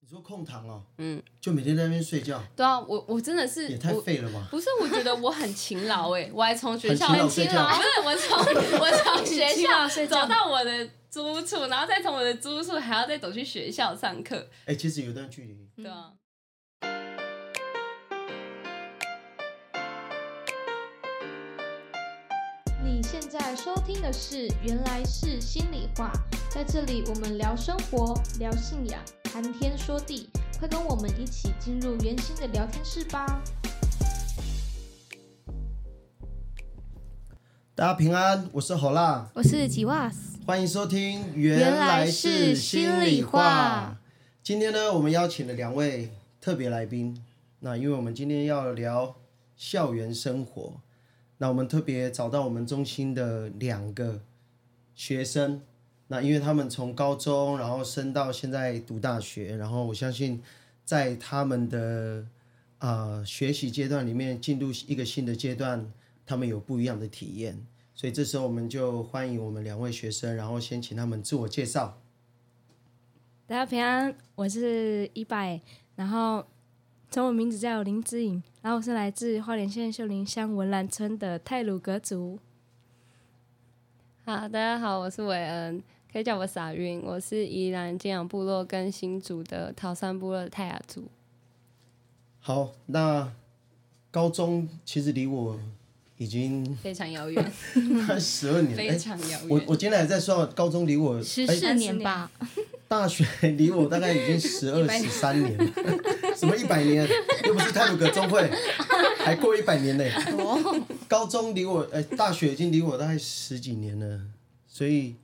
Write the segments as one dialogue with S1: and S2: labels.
S1: 你说空堂哦，
S2: 嗯，
S1: 就每天在那边睡觉，
S2: 对啊，我我真的是
S1: 也太
S2: 我
S1: 废了吧！
S2: 不是，我觉得我很勤劳哎、我还从学校
S1: 很勤劳睡觉
S2: 不是我 从我从学
S3: 勤
S2: 校
S3: 劳睡觉
S2: 走到我的租处，然后再从我的租处还要再走去学校上课，
S1: 哎、其实有一段距离。
S3: 嗯
S2: 对啊。
S3: 你现在收听的是《原来是心里话》，在这里我们聊生活、聊信仰、谈天说地，快跟我们一起进入圆心的聊天室吧。
S1: 大家平安，我是侯辣，
S3: 我是吉瓦斯，
S1: 欢迎收听《
S3: 原来是心里话》。
S1: 今天呢，我们邀请了两位特别来宾，那因为我们今天要聊校园生活，那我们特别找到我们中心的两个学生，那因为他们从高中然后升到现在读大学，然后我相信在他们的啊、学习阶段里面进入一个新的阶段，他们有不一样的体验。所以这时候我们就欢迎我们两位学生，然后先请他们自我介绍。
S4: 大家平安，我是一百，然后中文名字叫林之颖，然后我是来自花莲县秀林乡文兰村的泰鲁格族。
S2: 好，大家好，我是韦恩，可以叫我傻云，我是宜兰金阳部落跟新竹的桃山部落的泰雅族。
S1: 好，那高中其实离我已经
S2: 非常遥 远，
S1: 十二年，
S2: 非
S1: 哎，
S2: 常遥
S1: 我
S2: 远。
S1: 我今天还在算，高中离我
S3: 十
S1: 哎
S3: 四年吧，
S1: 大学离我大概已经十 二十三年了，什么一百年，又不是泰鲁格中会，还过一百年呢。
S2: 哦
S1: 高中离我，呃、大学已经离我大概十几年了，所以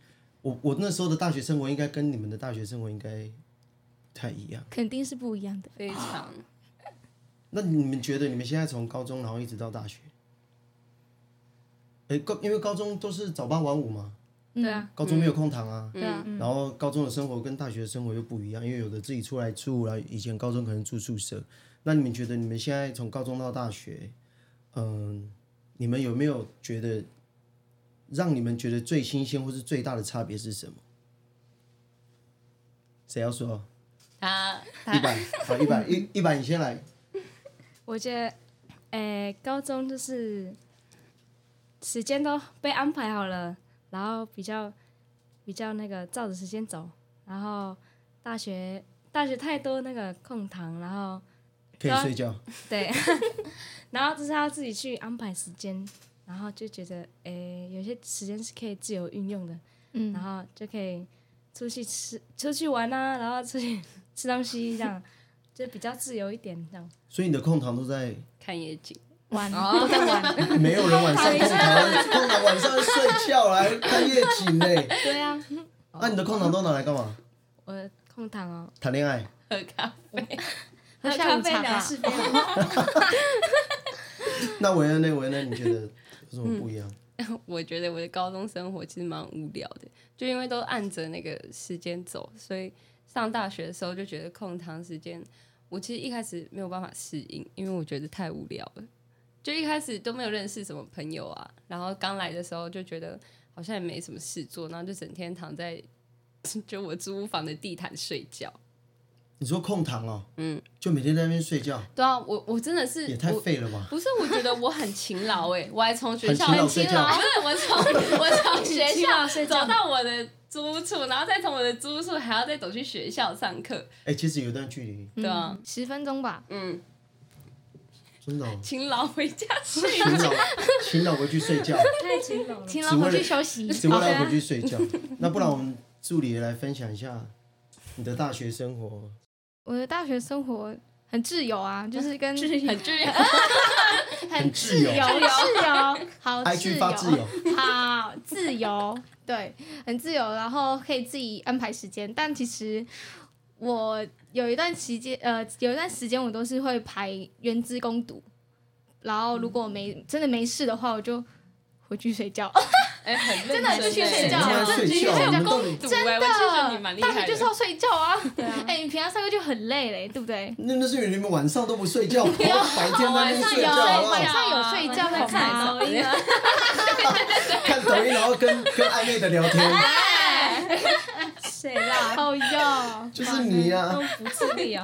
S1: 我我那时候的大学生活应该跟你们的大学生活应该不太一样。
S3: 肯定是不一样的。
S2: 非常，
S1: 那你们觉得你们现在从高中然后一直到大学，哎、高因为高中都是早八晚五嘛，
S3: 对啊，
S1: 高中没有空堂啊，
S3: 对啊，
S2: 嗯
S1: 然后高中的生活跟大学的生活又不一样，因为有的自己出来住了，以前高中可能住宿舍。那你们觉得你们现在从高中到大学，嗯，你们有没有觉得让你们觉得最新鲜或是最大的差别是什么？谁要说？
S2: 他
S1: 一百，好，一百，一一百，你先来。
S4: 我觉得，诶、高中就是时间都被安排好了，然后比较比较那个照着时间走，然后大学大学太多那个空堂，然后
S1: 可以睡觉，
S4: 对， 然后就是要自己去安排时间，然后就觉得诶，有些时间是可以自由运用的，
S3: 嗯，
S4: 然后就可以出去吃、出去玩啊，然后出去吃东西，这样就比较自由一点，这样。
S1: 所以你的空堂都在
S2: 看夜景，
S3: 玩
S2: 哦
S3: 都在玩，
S1: 没有人晚上空堂，空堂晚上睡觉来看夜景呢。
S4: 对啊，
S1: 那、你的空堂都拿来干嘛？
S4: 我的空堂哦，
S1: 谈恋爱。
S2: 喝咖啡，
S3: 喝
S4: 喝
S3: 下
S4: 咖
S3: 午
S4: 啡
S3: 茶
S4: 聊
S3: 吧。
S4: 是非常
S1: 那维恩呢？维恩呢？你觉得有什么不一样？
S2: 我觉得我的高中生活其实蛮无聊的，就因为都按着那个时间走，所以上大学的时候就觉得空堂时间，我其实一开始没有办法适应，因为我觉得太无聊了，就一开始都没有认识什么朋友啊，然后刚来的时候就觉得好像也没什么事做，然后就整天躺在就我租屋房的地毯睡觉。
S1: 你说空堂哦，
S2: 嗯，
S1: 就每天在那边睡觉，
S2: 对啊，我我真的是
S1: 也太
S2: 我
S1: 废了吧！
S2: 不是，我觉得我很勤劳 哎、我还从学校
S1: 很勤劳
S2: 不是我从我从学
S4: 勤
S2: 校
S4: 劳睡觉
S2: 走到我的租处，然后再从我的租处还要再走去学校上课，
S1: 哎、其实有一段距离，
S2: 对啊，
S3: 嗯十分钟吧，
S2: 嗯，，
S1: 真的、哦
S2: 勤劳回家睡
S1: 勤劳，勤劳回去睡觉，
S4: 太勤劳了。
S3: 勤
S1: 只
S3: 劳
S1: 为了
S3: 回去休息。
S1: 只为了回去睡觉。那不然我们助理也来分享一下你的大学生活。
S3: 我的大学生活很自由啊，就是跟 自
S2: 很自由，
S1: 很自由
S3: 自由，哦自由好
S1: IG 发自由，
S3: 好自由， 对，很自由，然后可以自己安排时间。但其实我有一段时间，呃，有一段时间我都是会排原资攻读，然后如果没真的没事的话，我就回去睡 觉。
S2: 哎、 很
S3: 真的很
S2: 认
S3: 去
S2: 真
S3: 睡觉
S1: 我们
S3: 啊
S1: 要
S3: 真的
S1: 睡
S3: 去
S1: 觉，
S3: 睡
S1: 我
S3: 觉
S1: 们到底
S2: 真的，哎我其实觉得你蛮厉
S3: 大
S2: 害
S3: 学
S2: 的，
S3: 就是要睡觉啊！
S4: 对 啊，
S3: 哎、你平常上课就很累嘞，对不对？
S1: 那那是因为你们晚上都不睡觉，白天在那边睡
S3: 有
S1: 觉哦
S2: 哦
S1: 好不好
S3: 晚上有睡觉好吗？
S2: 哎
S1: 看抖音，然后跟跟暧昧的聊天，
S4: 谁啦？
S3: 哦哟，
S1: 就是你呀、
S2: 哦
S4: 用不自力啊！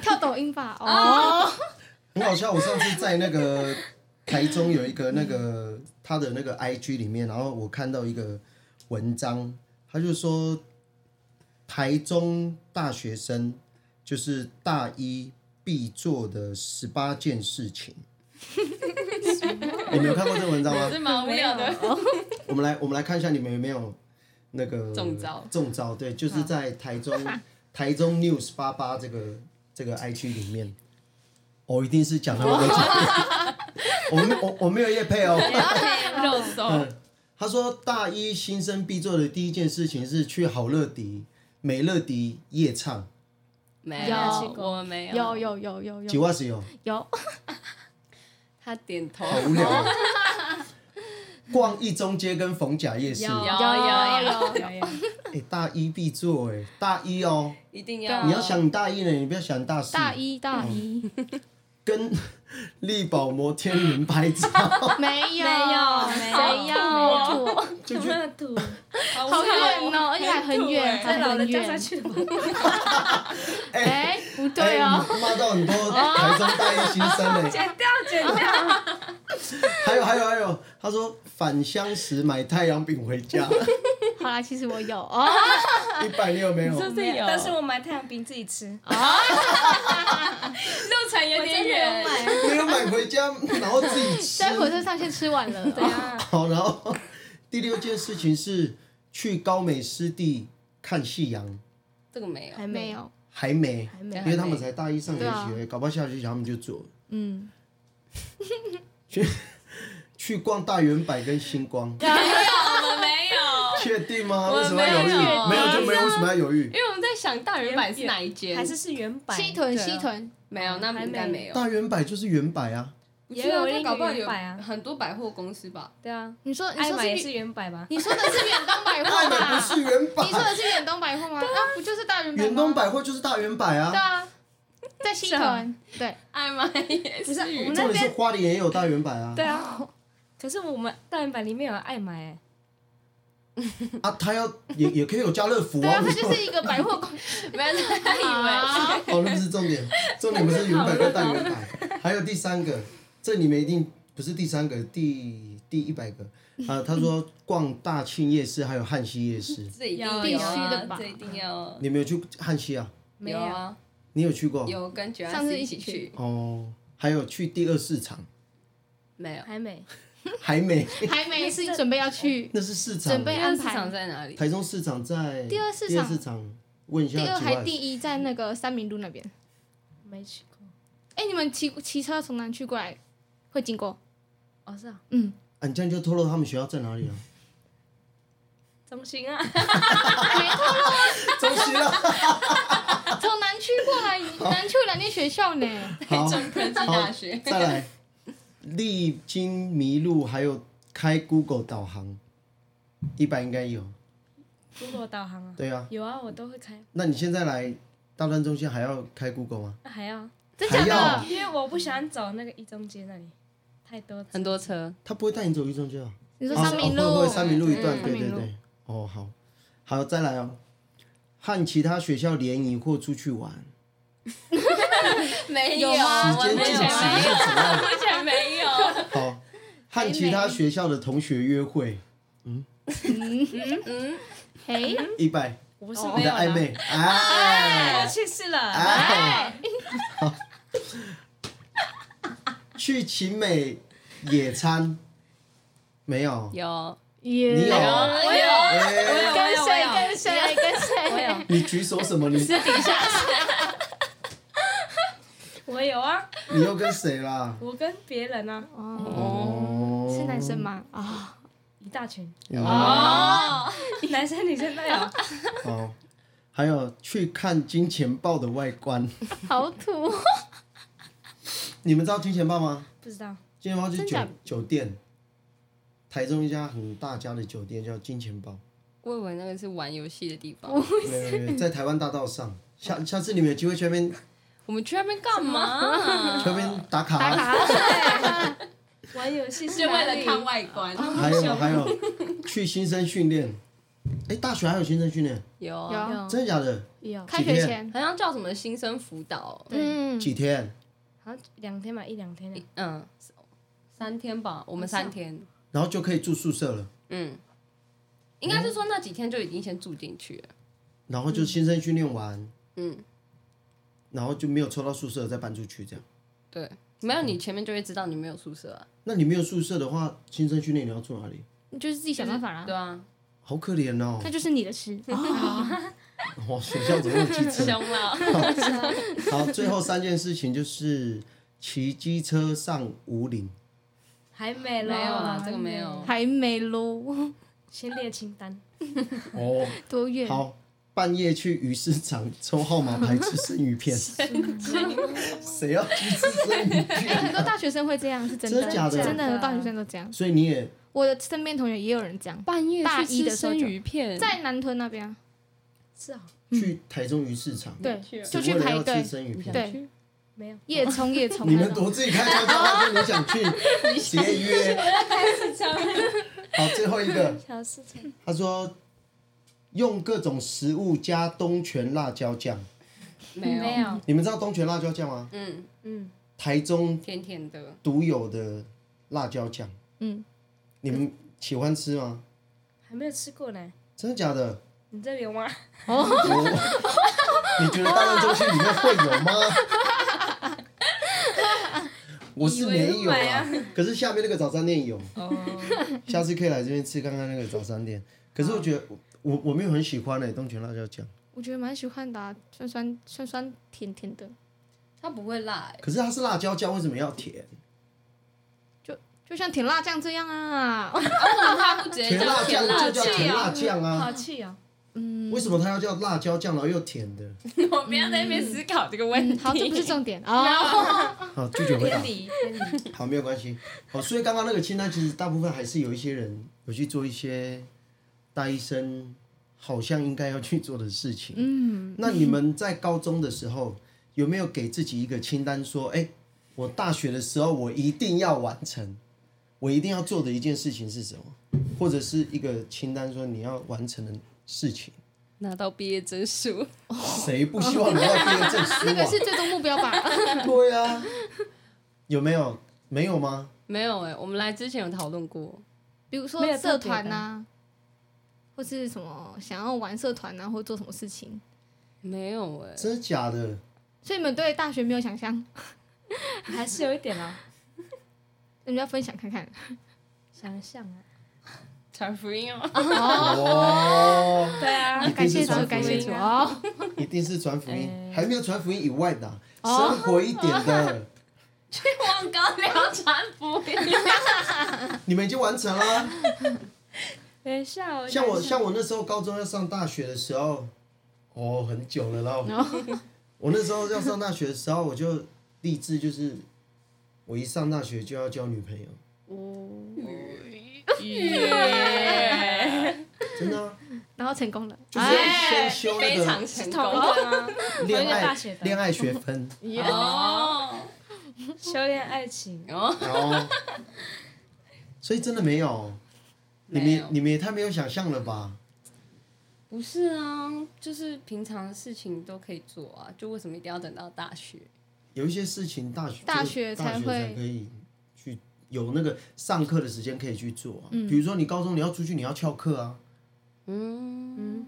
S3: 跳抖音吧哦，
S1: 很好笑。我上次在那个台中有一个那个他的那个 IG 里面，然后我看到一个文章，他就说台中大学生就是大一必做的十八件事情。你们有看过这个文章吗？
S2: 是蛮无聊的。
S1: 我们来我们来看一下你们有没有那个
S2: 中招
S1: 中招对，就是在台中台中 news 八八这个这个 I 区里面，我、一定是讲他们的我们我我没有叶配哦。
S2: 肉搜，
S1: 他说大一新生必做的第一件事情是去好乐迪、美乐迪夜唱，
S2: 没
S3: 有
S2: 我没有，
S3: 有有有有
S1: 几
S3: 有
S1: 万是有，
S3: 有，
S2: 他点头。
S1: 好无聊哦。逛一中街跟逢甲夜市，
S2: 有
S1: 哎、
S2: 有有有有，
S1: 大一必做哎、大一哦，
S2: 一定要。
S1: 你要想你大一呢，你不要想大四。
S3: 大一大一
S1: 跟 力宝摩天轮拍照，
S3: 没有
S4: 没有
S3: 谁要
S4: 没
S3: 我，
S1: 就哎
S4: 有
S1: 觉得
S4: 那土，
S2: 好
S3: 好远哦，而且还很远，
S2: 哎
S4: 在
S3: 还
S4: 老
S3: 很
S4: 人家才
S3: 远。
S4: 去吧。
S3: 哎，不对哦，
S1: 哎骂到很多台中大一新生 嘞、
S4: 剪掉，剪掉。
S1: 还有还有还有，他说返乡时买太阳饼回 家，
S3: 好啦，其实我有哦，
S1: 一百六没有，
S2: 就是有，
S4: 但是我买太阳饼自己吃。
S3: 哦
S2: 路程有点远。
S1: 没有买回家，然后自己吃。
S3: 在火车上先吃完 了，
S4: 对啊，
S1: 好，然后第六件事情是去高美湿地看夕阳，
S2: 这个没有，
S3: 还哦没有，
S1: 还没，
S3: 还没
S1: 因为他们才大一上学期而
S3: 对啊
S1: 已，搞不好下学期他们就做了。
S3: 嗯，
S1: 去逛大圆柏跟星光，
S2: 我们没有，
S1: 确定吗？
S2: 我
S1: 为什么要犹豫？
S2: 没有
S1: 没有就没有，为什么要犹豫？
S2: 因为我们在想大人版是哪一间，
S4: 还是是原版？
S3: 西屯
S2: 对啊
S3: 西屯
S2: 没有，那应该没有。
S1: 大圆柏就是圆柏啊，
S2: 不是啊
S4: 也有
S2: 它
S4: 另一个
S2: 搞不好
S4: 原
S2: 有
S4: 版啊
S2: 很多百货公司吧？
S4: 对啊，
S3: 你说你
S4: 爱
S3: 说
S4: 买也
S3: 是
S4: 是原版吧？
S3: 你说的是远东百
S1: 那
S3: 货
S1: 的不
S3: 吧？
S1: 是原
S3: 你说
S1: 版，
S3: 的是远东百货吗？那不就是大圆百货吗
S1: 远东百货就是大圆柏
S3: 对
S1: 啊。
S3: 啊，在西屯 对，
S2: 爱买也
S4: 不是，
S2: 是
S4: 我们那
S1: 重点是
S4: 边
S1: 花莲也有大圆柏
S3: 哦
S1: 啊，
S4: 对啊。可是我们大原版里面有爱买哎，
S1: 啊，他要也也可以有家乐福
S3: 对啊，
S1: 啊，
S3: 它
S1: 为什
S3: 就
S1: 么？
S3: 是一个百货公 司，
S2: 没有，他
S3: 好
S1: 哦，那不是重点，重点不是原版跟大圆柏，还有第三个，这里面一定不是第三个，第第一百个啊。他说逛大庆夜市，还有汉西夜市，
S2: 以为这一定
S4: 有
S2: 有
S3: 必
S2: 啊
S3: 须的吧
S2: 这一定要啊
S1: 你有没有去汉西啊？
S4: 没
S2: 有
S4: 有
S2: 啊，
S1: 你有去过？
S2: 有跟爵
S3: 上
S2: 士
S3: 次
S2: 一
S3: 一
S2: 起
S3: 起
S2: 去，
S1: 哦，还有去第二市场，
S2: 没有。
S4: 还美。
S1: 还没，
S3: 还没是准备 要去，
S1: 那是市场
S3: 准，备
S2: 第二
S3: 安
S2: 市场
S3: 排。
S2: 在 哪里？
S1: 台中市场在
S3: 第二市场
S1: 第二市场，问一下
S3: 第二
S1: 几
S3: 还
S1: 万
S3: 第一在那个三民路那边。
S4: 没去过。
S3: 哎，你们骑骑车从南区过来会经过？
S4: 哦，是啊，
S3: 嗯，
S1: 啊，你这样就透露他们学校在 哪里了、
S4: 怎么行啊？
S3: 哎没错，
S1: 中西了。
S3: 从南区过来，南区有两间学校呢。
S1: 好，
S2: 中科技大学。
S1: 再来，历经迷路，还有开 Google 导航，一百应该有。
S4: Google 导航啊，
S1: 对啊，
S4: 有啊，我都会开，
S1: 那你现在来大专中心还要开 Google 吗？
S4: 那还要，
S3: 真假
S1: 还要啊
S3: 的？
S4: 因为我不喜欢走那个一中街那里，太多车
S2: 很多车，
S1: 他不会带你走一中间啊？
S3: 你说
S1: 啊
S3: 三民
S1: 哦会
S3: 路
S1: 会？三民路一段，
S2: 嗯
S1: 对对
S3: 三民路
S1: 对。哦，好，好，再来哦。和其他学校联谊或出去玩，
S2: 没
S3: 啊有
S1: 时
S3: 吗
S2: 我
S1: 间
S2: 目
S1: 禁止
S2: 前
S1: 是
S2: 没有，啊
S1: 怎样？
S2: 目前没有。
S1: 好，和其他学校的同学约会，
S3: 哎，
S1: 一百，
S4: 我
S3: 哦
S4: 是
S1: 你
S4: 没
S1: 的
S4: 有
S1: 暧
S4: 的，
S1: 昧，哎
S4: 我，去世
S3: 啊
S4: 了，
S1: 哎，去秦美野餐没有？
S2: 有，哦
S1: 你
S3: 耶
S1: 有啊？
S2: 我有，
S1: 哎
S3: 跟
S4: 我有
S3: 谁
S4: 我有
S3: 跟谁跟
S4: 我有
S3: 谁？
S1: 你举手什么？你
S4: 我有啊，
S1: 你又跟谁啦？
S4: 我跟别人啊，
S1: 哦，
S3: 是男生吗？啊，
S4: 一大群，
S1: 哦，
S4: 男生女生都有，
S1: 好，还有去看金钱豹的外观。
S3: 好土。
S1: 你们知道金钱豹吗？
S4: 不知道，
S1: 金钱豹就是
S3: 真
S1: 酒
S3: 假
S1: 酒店，台中一家很大家的酒店叫金钱豹。
S2: 我以为那个是玩游戏的地方。
S1: 没有没有没有，在台湾大道 上。下下次你们有机会去那边去
S2: 我们去那边干嘛？
S1: 那边打卡
S3: 打
S1: 啊，
S3: 卡，啊
S4: 玩游戏
S2: 就为
S4: 哪
S2: 了
S4: 里
S2: 看外观。
S1: 还有还有去新生训练，哎、大学还有新生训练，
S2: 有啊
S3: 有
S1: 真的假的？
S4: 有，
S3: 开学前，
S2: 好像叫什么新生辅导，
S3: 嗯，
S1: 几天？
S4: 好像两天吧，一两天两。
S2: 嗯，三天吧，我们三天，
S1: 然后就可以住宿舍了，
S2: 嗯，应该是说那几天就已经先住进去了，
S1: 然后就新生训练完，
S2: 嗯，
S1: 然后就没有抽到宿舍再搬出去这样。
S2: 对，没有你前面就会知道你没有宿舍啊，
S1: 那你没有宿舍的话，新生训练你要住哪里？
S3: 你就是自己想办法啦
S2: 对，啊，
S1: 好可怜 哦！
S3: 那就是你的事。
S1: 哇，学校怎么有 机车？
S2: 凶了，
S1: 好，最后三件事情就是骑机车上五岭，
S4: 还
S2: 没
S4: 没
S2: 有啦
S4: 啦，，
S2: 这个没有，
S3: 还没喽，
S4: 先列清单。
S1: 哦，
S3: 多远？
S1: 好，半夜去鱼市场抽号码牌吃生鱼片，谁要去吃生鱼
S3: 哎，
S1: 片？
S3: 很多大学生会这样，是真
S1: 真
S3: 的，
S1: 的假的
S3: 真的很多大学生都这样。
S1: 所以你也
S3: 我的身边同学也有人这样，
S2: 半夜
S3: 大
S2: 去
S3: 一的
S2: 吃
S3: 时候
S2: 生
S3: 就
S2: 鱼片，
S3: 嗯在南屯那边啊，
S4: 是啊，
S1: 去台中鱼市场，
S3: 对，
S2: 去
S3: 就去
S1: 为了
S3: 排
S1: 要
S3: 队
S1: 吃，生鱼片。
S3: 对
S2: 去
S4: 没有。
S3: 夜冲夜冲
S1: 你
S3: 那
S1: 们
S3: 种。
S1: 多自己开车，他说你想去节约。好，最后一个，
S4: 小事情。
S1: 他说用各种食物加东泉辣椒酱，
S2: 没有，
S4: 没有，
S1: 你们知道东泉辣椒酱吗？
S2: 嗯，
S4: 嗯，
S1: 台中
S2: 甜甜的，
S1: 独有的辣椒酱，
S3: 嗯，
S1: 你们喜欢吃吗？
S4: 还没有吃过呢。
S1: 真的假的？
S4: 你这里有吗？
S1: 我 你觉得大润中心里面会有吗？我是没有啊，可是下面那个早餐店有，
S2: 哦，
S1: 下次可以来这边吃看看那个早餐店。可是我觉得我我没有很喜欢诶、东泉辣椒酱，
S3: 我觉得蛮喜欢的啊，酸酸酸酸甜甜的，
S2: 它不会辣欸，
S1: 可是它是辣椒酱，为什么要甜？
S3: 就像甜辣酱这样啊。
S2: 它不直接
S1: 甜辣
S2: 叫
S1: 酱
S2: 甜辣
S1: 就叫甜
S2: 酱，
S1: 辣酱啊，
S4: 好气哦。
S1: 为什么它要叫辣椒酱，然后又甜的？
S2: 我不要在那边思考这个问
S3: 嗯，
S2: 题，
S3: 好，这不 是重点啊。
S1: 好，拒绝回答
S4: 偏。离，偏离。
S1: 好，没有关系。好，所以刚刚那个清单，其实大部分还是有一些人有去做一些大医生好像应该要去做的事情。嗯，那你们在高中的时候有没有给自己一个清单，说，哎、我大学的时候我一定要完成，我一定要做的一件事情是什么，或者是一个清单说你要完成的事情？
S2: 拿到毕业证书，
S1: 谁不希望拿到毕业证书
S3: 这个
S1: 啊？
S3: 是最终目标吧？
S1: 对啊，有没有？没有吗？
S2: 没有哎，我们来之前有讨论过，
S3: 比如
S4: 没
S3: 说
S4: 有特别
S3: 社
S4: 的
S3: 团呐、或是什么想要玩社团啊呐、或做什么事情。
S2: 没有哎，
S1: 真的假的？
S3: 所以你们对大学没有想象，
S4: 还是有一点哦啦。
S3: 你们要分享看看。
S1: 啊
S4: 想象啊。
S2: 传福 音哦。
S1: 哦，
S4: 对啊
S1: 一
S3: 感
S1: 定
S3: 谢
S1: 是
S3: 主，
S1: 传
S3: 感
S1: 福
S3: 谢
S1: 音
S3: 主，哦！
S1: 一定是传福音，
S4: 哎
S1: 还没有传福音以外的啊、
S3: 哦
S1: 生活一点的，
S2: 忘高聊传福音，
S1: 你们已经完成了。
S4: 等一下，啊我
S1: 像我
S4: 想一下
S1: 像我那时候高中要上大学的时候，哦，很久了啦。我那时候要上大学的时候，我就立志就是，我一上大学就要交女朋友，真的、啊，
S3: 然后成功了，
S1: 就是要先修那
S2: 非常
S1: 个
S2: 成
S4: 同啊一
S2: 功
S4: 个吗？
S1: 恋
S4: 同一个大
S1: 爱
S4: 学的
S1: 恋爱学分，
S2: 哦
S4: 修炼爱情，
S2: 哦，
S1: 然后，所以真的没有，你们
S2: 没
S1: 也
S2: 有
S1: 你们也太没有想象了吧？
S2: 不是啊，就是平常的事情都可以做啊，就为什么一定要等到大学？
S1: 有一些事情大学
S3: 大
S1: 就是
S3: 学才
S1: 大学才
S3: 会
S1: 可以去有那个上课的时间可以去做、啊，
S3: 嗯
S1: 比如说你高中你要出去你要翘课啊，
S2: 嗯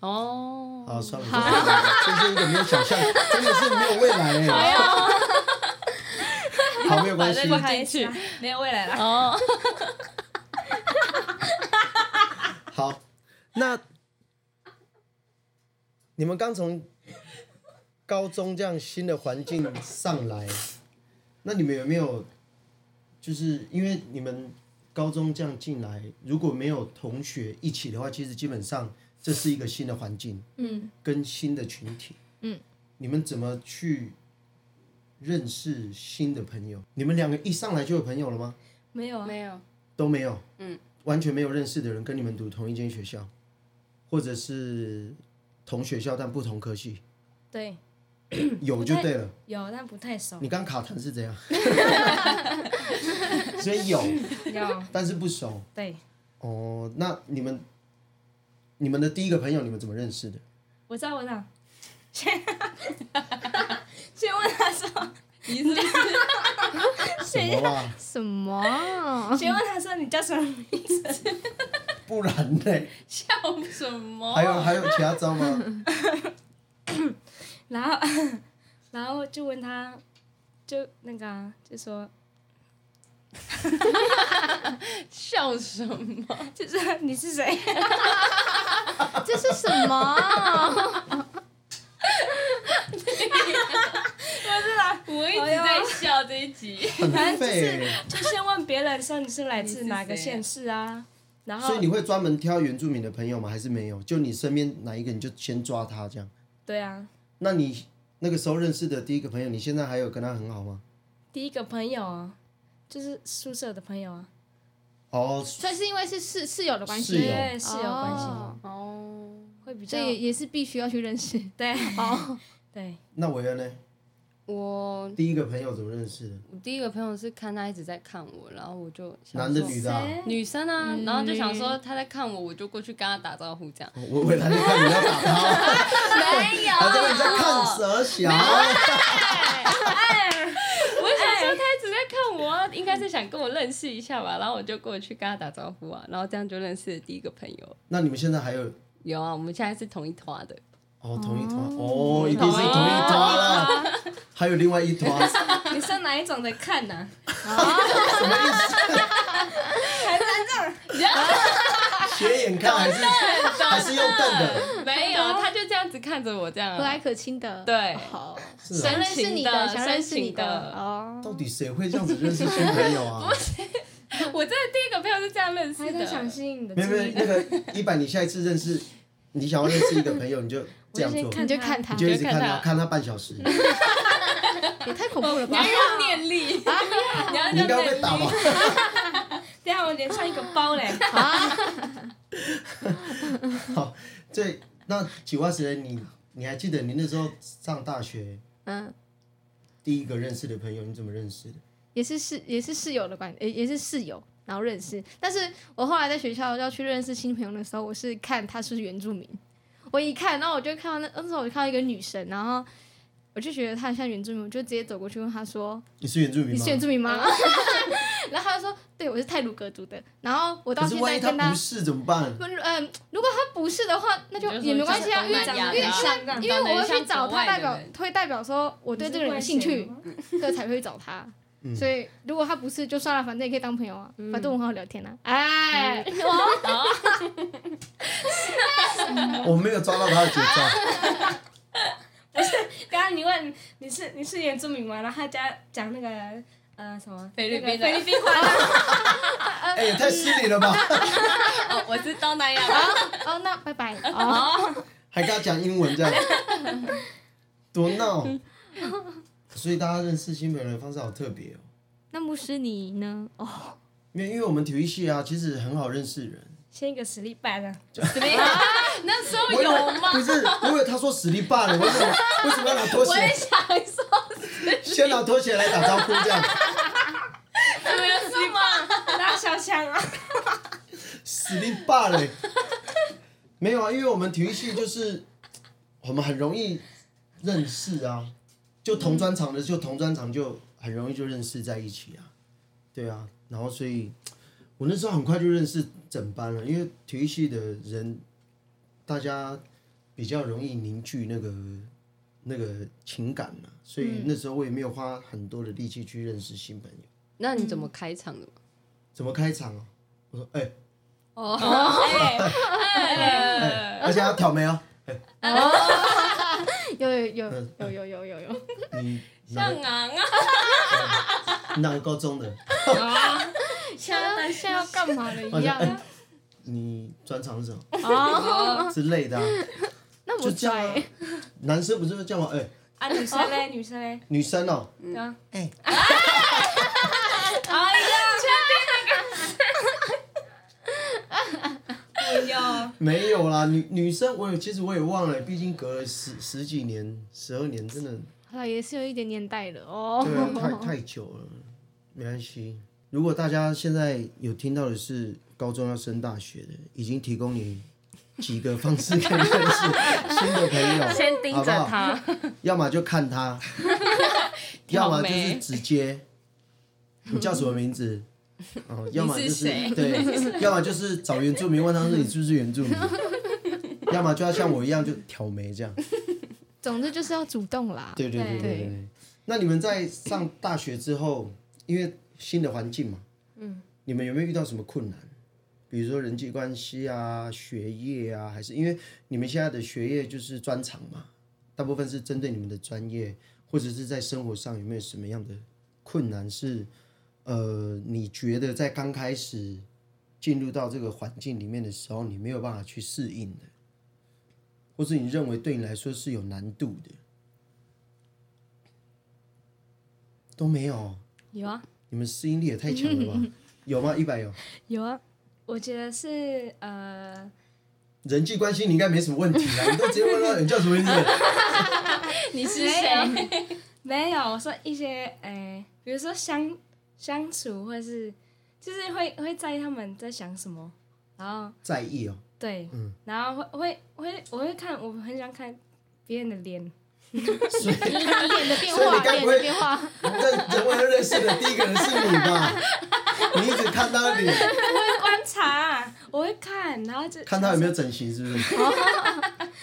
S2: 哦，
S3: 嗯
S1: 啊算了，算了算了这是一个没有想象，真的是没有未来哎、好，没有关系，
S2: 反正
S4: 不好意思啊
S2: 进，
S4: 没有未来啦。
S2: 哦，
S1: 好，那你们刚从高中这样新的环境上来，那你们有没有就是因为你们高中这样进来，如果没有同学一起的话，其实基本上这是一个新的环境，
S3: 嗯，
S1: 跟新的群体，
S3: 嗯，
S1: 你们怎么去认识新的朋友？你们两个一上来就有朋友了吗？
S4: 没有啊，
S2: 没有，
S1: 都没有，
S2: 嗯，
S1: 完全没有认识的人跟你们读同一间学校，或者是同学校但不同科 系，
S4: 对，
S1: 有就对了。
S4: 有但不太熟。
S1: 你刚卡痰是怎 样？ 所以有，
S4: 有，
S1: 但是不熟。
S4: 对，
S1: 哦，那你们你们的第一个朋友，你们怎么认识的？
S4: 我知道，我知道，
S2: 先问他说，你是不 是
S1: 什么啦？
S3: 什么啊？
S4: 先问他说你叫什么名字？
S1: 不然呢？
S2: 笑什
S4: 哦
S2: 么？
S1: 还有还有其他招 吗？
S4: 然后 然后就问他，就那个、啊、就说
S2: 笑什么？
S4: 就说你是谁？
S3: 这是什么啊？
S2: 我一直在笑这一集。
S1: 很
S4: 反正就
S1: 废
S4: 是
S1: 欸。
S4: 就先问别人说你是来自哪个
S2: 你是谁啊
S4: 县市啊？然
S1: 所
S4: 后
S1: 以你会专门挑原住民的朋友吗？还是没有？就你身边哪一个你就先抓他这样？
S4: 对啊，
S1: 那你那个时候认识的第一个朋友，你现在还有跟他很好吗？
S4: 第一个朋友啊，就是宿舍的朋友啊，
S1: 哦，
S3: 所以是因为是室室友的关
S1: 室
S3: 系
S1: 友，
S4: 对室友关系、
S3: 哦
S2: 哦，
S4: 会比较
S3: 所以也是必须要去认识。
S4: 对
S3: 哦，
S4: 对，
S1: 那我呢？
S2: 我
S1: 第一个朋友怎么认识的？
S2: 我第一个朋友是看他一直在看我，然后我就想
S1: 男的
S2: 说
S1: 女的、啊？
S2: 女生啊，然后就想说他在看我，我就过去跟他打招呼这样。
S1: 哦我我来你看你要打他，
S2: 没有，
S1: 还在那在看蛇小，
S2: 我想说哎他一直在看我啊，应该是想跟我认识一下吧，然后我就过去跟他打招呼啊，然后这样就认识了第一个朋友。
S1: 那你们现在还有
S2: 有啊，我们现在是同一团的，
S1: 哦同一团哦，一定是同一团 啦，还有另外一团，
S4: 你是哪一种的看啊呢、
S1: 斜眼看还是 还是用瞪的，
S2: 没有，他就这样子看着我这样啊
S3: 和，蔼可亲的。
S2: 对
S3: 好，
S1: 是
S3: 想
S1: 啊，
S3: 认识
S2: 深情
S3: 你的，
S2: 的
S3: 想认识你
S2: 深情的
S3: 的哦。
S1: 到底谁会这样子认识新朋友啊？
S2: 我真的第一个朋友是这样认识
S4: 还在想
S2: 的。
S4: 吸引你的
S1: 没有
S4: 注
S1: 没
S4: 意
S1: 有，
S4: 力
S1: 那个一百，你下一次认识，你想要认识一个朋友， 你就这样做
S4: 我就先，看
S3: 你就看他
S1: 你，就一直
S2: 看
S1: 看
S2: 他
S1: 他，看他半小 时，
S3: 也太恐怖了
S2: 你
S3: 吧
S2: 要！用念力，你要
S1: 你应
S2: 用
S1: 该会被
S2: 念
S1: 打吧
S2: 力。？
S4: 对啊，我连上一个包嘞，
S1: 对，那九万时你你还记得你那时候上大学
S3: 嗯，
S1: 第一个认识的朋友，你怎么认识的？
S3: 也是室也是室友的关，也也是室友，然后认识。但是我后来在学校要去认识新朋友的时候，我是看他是不是原住民。我一看，然后我就看到那那时候我就看到一个女生，然后我就觉得她很像原住民，我就直接走过去问她说
S1: 你是原住：“民
S3: 你
S1: 吗
S3: 是？原住民吗？” 然后她就说：“对，我是泰鲁格族的。”然后我到
S1: 可是
S3: 现
S1: 万
S3: 在
S1: 一他
S3: 跟她
S1: 不是怎么办？
S3: 不是，嗯，如果他不是的话，那就
S2: 你就说
S3: 也没关系啊，
S2: 你
S3: 因为
S2: 是东南
S3: 因
S2: 亚
S3: 为
S2: 的啊
S3: 因为因为我会去找他，代表会代表说我对这个人有兴趣，对才会找他。
S1: 嗯
S3: 所以如果他不是，就算了，反正也可以当朋友啊，反正我们好好聊天啊。哎，
S2: 嗯
S3: 哦
S1: 我没有抓到他的节 奏，
S4: 刚刚你问你是你是原住民吗？然后他家讲那个呃什么
S2: 菲律宾的
S4: 那个菲律宾 话，
S1: 哎，也太失礼了吧！
S2: 哦，我是东南亚
S4: 啊
S2: 的。
S3: 哦，那拜拜哦。
S1: 还跟他讲英文这样，多 闹！所以大家认识新朋友的方式好特别哦。
S3: 那牧师你呢？哦，
S1: 没有，因为我们体育系啊，其实很好认识人。
S4: 先一个实力 拜的，
S2: 怎么
S4: 啊
S2: 样？那时候
S1: 我以为
S2: 有吗？
S1: 不是，我以为他说实力霸了，为什么为什么要拿拖鞋？
S2: 我也想说，
S1: 先拿拖鞋来打招呼这样，
S2: 怎么样是吗？
S4: 拉小强啊，
S1: 实力霸嘞。没有啊，因为我们体育系就是我们很容易认识啊，就同专场的就同专场就很容易就认识在一起啊，对啊，然后所以我那时候很快就认识整班了，因为体育系的人大家比较容易凝聚那个那个情感嘛、所以那时候我也没有花很多的力气去认识新朋友。
S2: 那你怎么开场的？
S1: 怎么开场哦？我说哎、
S2: 哦
S4: 哦
S2: 哎
S4: 呃
S1: 而且要挑眉哦，
S3: 有有有有有有有有，
S1: 你哪
S2: 上
S1: 个
S2: 昂 啊！
S1: 哪个高中的？
S3: 像像要干嘛的
S1: 我
S3: 一
S1: 说
S3: 样
S1: 哎、你专长是什么
S3: 哦。
S1: 之类的、啊，
S3: 那
S1: 就
S3: 我
S1: 这样、啊
S3: 拽，。
S1: 男生不是会叫吗？哎、
S4: 啊女生
S2: 哦
S4: 嘞女生嘞，
S1: 女生哦，
S4: 对啊，
S1: 哎、
S4: 哎呦，
S1: 没有啦，女女生我也其实我也忘了，毕竟隔了十十几年、十二年，真的
S3: 好了，也是有一点年代了哦。
S1: 对啊，太太久了，没关系。如果大家现在有听到的是高中要升大学的，已经提供你几个方式可以认识新的朋友，
S5: 先盯着他，
S1: 要么就看他，要么就是直接，你叫什么名字？哦，要么就是
S2: 是谁
S1: 对，要么就是找原住民问他说你是不是原住民，要么就要像我一样就挑眉这样。
S3: 总之就是要主动啦。
S1: 对对对对对对。那你们在上大学之后，因为新的环境嘛，嗯，你们有没有遇到什么困难？比如说人际关系啊、学业啊，还是因为你们现在的学业就是专长嘛，大部分是针对你们的专业，或者是在生活上有没有什么样的困难是？呃，你觉得在刚开始进入到这个环境里面的时候，你没有办法去适应的，或是你认为对你来说是有难度的？都没有，
S4: 有啊
S1: 你们适应力也太强了 吧？有吗？一百有。
S4: 有啊，我觉得是呃，
S1: 人际关系你应该没什么问题啦，你都直接问到你叫什么名字，
S2: 你是谁？
S4: 没有，我说一些诶、呃比如说相相处，或是就是会会在意他们在想什么，然后
S1: 在意哦、
S4: 对，然后会会会我会看，我很喜欢看别人的脸，
S1: 所以
S3: 你脸的变
S1: 所以
S3: 化
S1: 你，该
S3: 脸
S1: 不会
S3: 的变化，
S1: 认人文认识的第一个人是你吧？你一直看他的脸，
S4: 我会观察，啊我会看，然后就
S1: 看他有没有整形，是不是？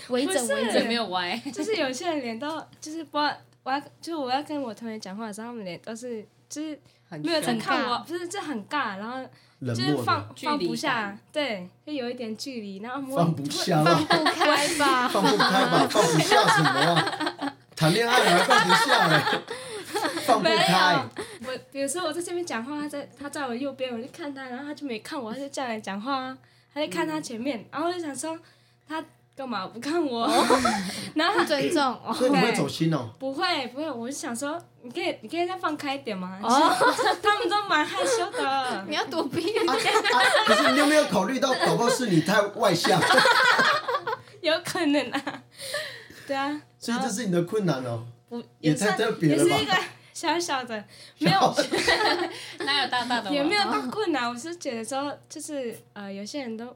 S3: 微整
S4: 不是
S3: 微
S2: 有
S3: 整，
S2: 没有歪？
S4: 就是有些人脸都就是不知道，我要就是我要跟我同学讲话的时候，他们脸都是就是
S2: 很
S4: 没有在
S2: 凶
S4: 看我，不是就很尬，然后
S1: 冷
S4: 就是
S1: 漠的，
S4: 放
S2: 距离
S4: 放不下
S2: 感，
S4: 对，就有一点距离，然后摸
S1: 放不下吧，
S3: 不开 吧？
S1: 放不开吧，放不下什么啊？谈恋爱还放不下嘞，放不
S4: 没
S1: 开，
S4: 有，我比如说我在这边讲话，他在他在我右边，我就看他，然后他就没看我，他就这样来讲话啊，他就看他前面，然后我就想说他干嘛不看我， 然后
S3: 不
S4: 他
S3: 尊重哦，
S1: 所以你会走心哦、
S4: 不会不会，我就想说你可以你可以再放开一点吗？
S3: 哦
S4: 他们都蛮害羞的，
S3: 你要躲避，
S1: 啊啊！可是你有没有考虑到，搞不好是你太外向，
S4: 有可能啊， 对啊，
S1: 所以这是你的困难哦、
S4: 不
S1: 也
S4: 是
S1: 太特别
S4: 也
S1: 了
S4: 是
S1: 吧
S4: 一个小小的，没有
S2: 哪有大大的？
S4: 也没有到困难，我是觉得说，就是呃，有些人都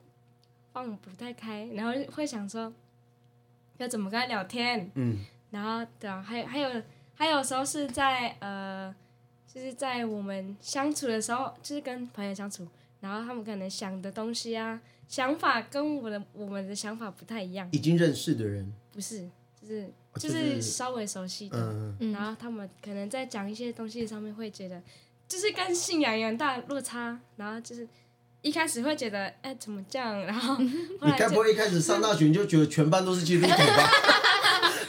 S4: 放不太开，然后会想说要怎么跟他聊天，
S1: 嗯，
S4: 然后对啊，还有还有还有时候是在呃，就是在我们相处的时候，就是跟朋友相处，然后他们可能想的东西啊，想法跟我的我们的想法不太一样，
S1: 已经认识的人，哦
S4: 不是，就是
S1: 就
S4: 就是是稍微熟悉的，
S1: 嗯，
S3: 嗯
S4: 然后他们可能在讲一些东西上面会觉得，就是跟信仰有很大的落差，然后就是一开始会觉得，哎，怎么这样？然后后
S1: 你
S4: 来
S1: 该不
S4: 就
S1: 会一开始上大学你就觉得全班都是基督徒 吧？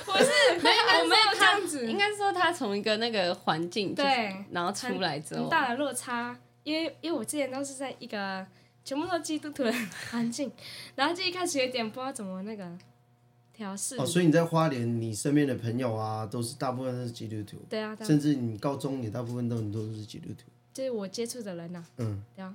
S4: 不是，哎我没有这样子，
S2: 应该说他从一个那个环境就是
S4: 对
S2: 然后出来之
S4: 很
S2: 后，
S4: 大的落差，因为因为我之前都是在一个全部都基督徒的 环境，然后就一开始有点不知道怎么那个调试，
S1: 哦，所以你在花莲，你身边的朋友啊，都是大部分都是基督徒，
S4: 对啊，对啊
S1: 甚至你高中也大部分都很多都是基督徒。
S4: 就是我接触的人呐、
S1: 嗯，
S4: 对啊，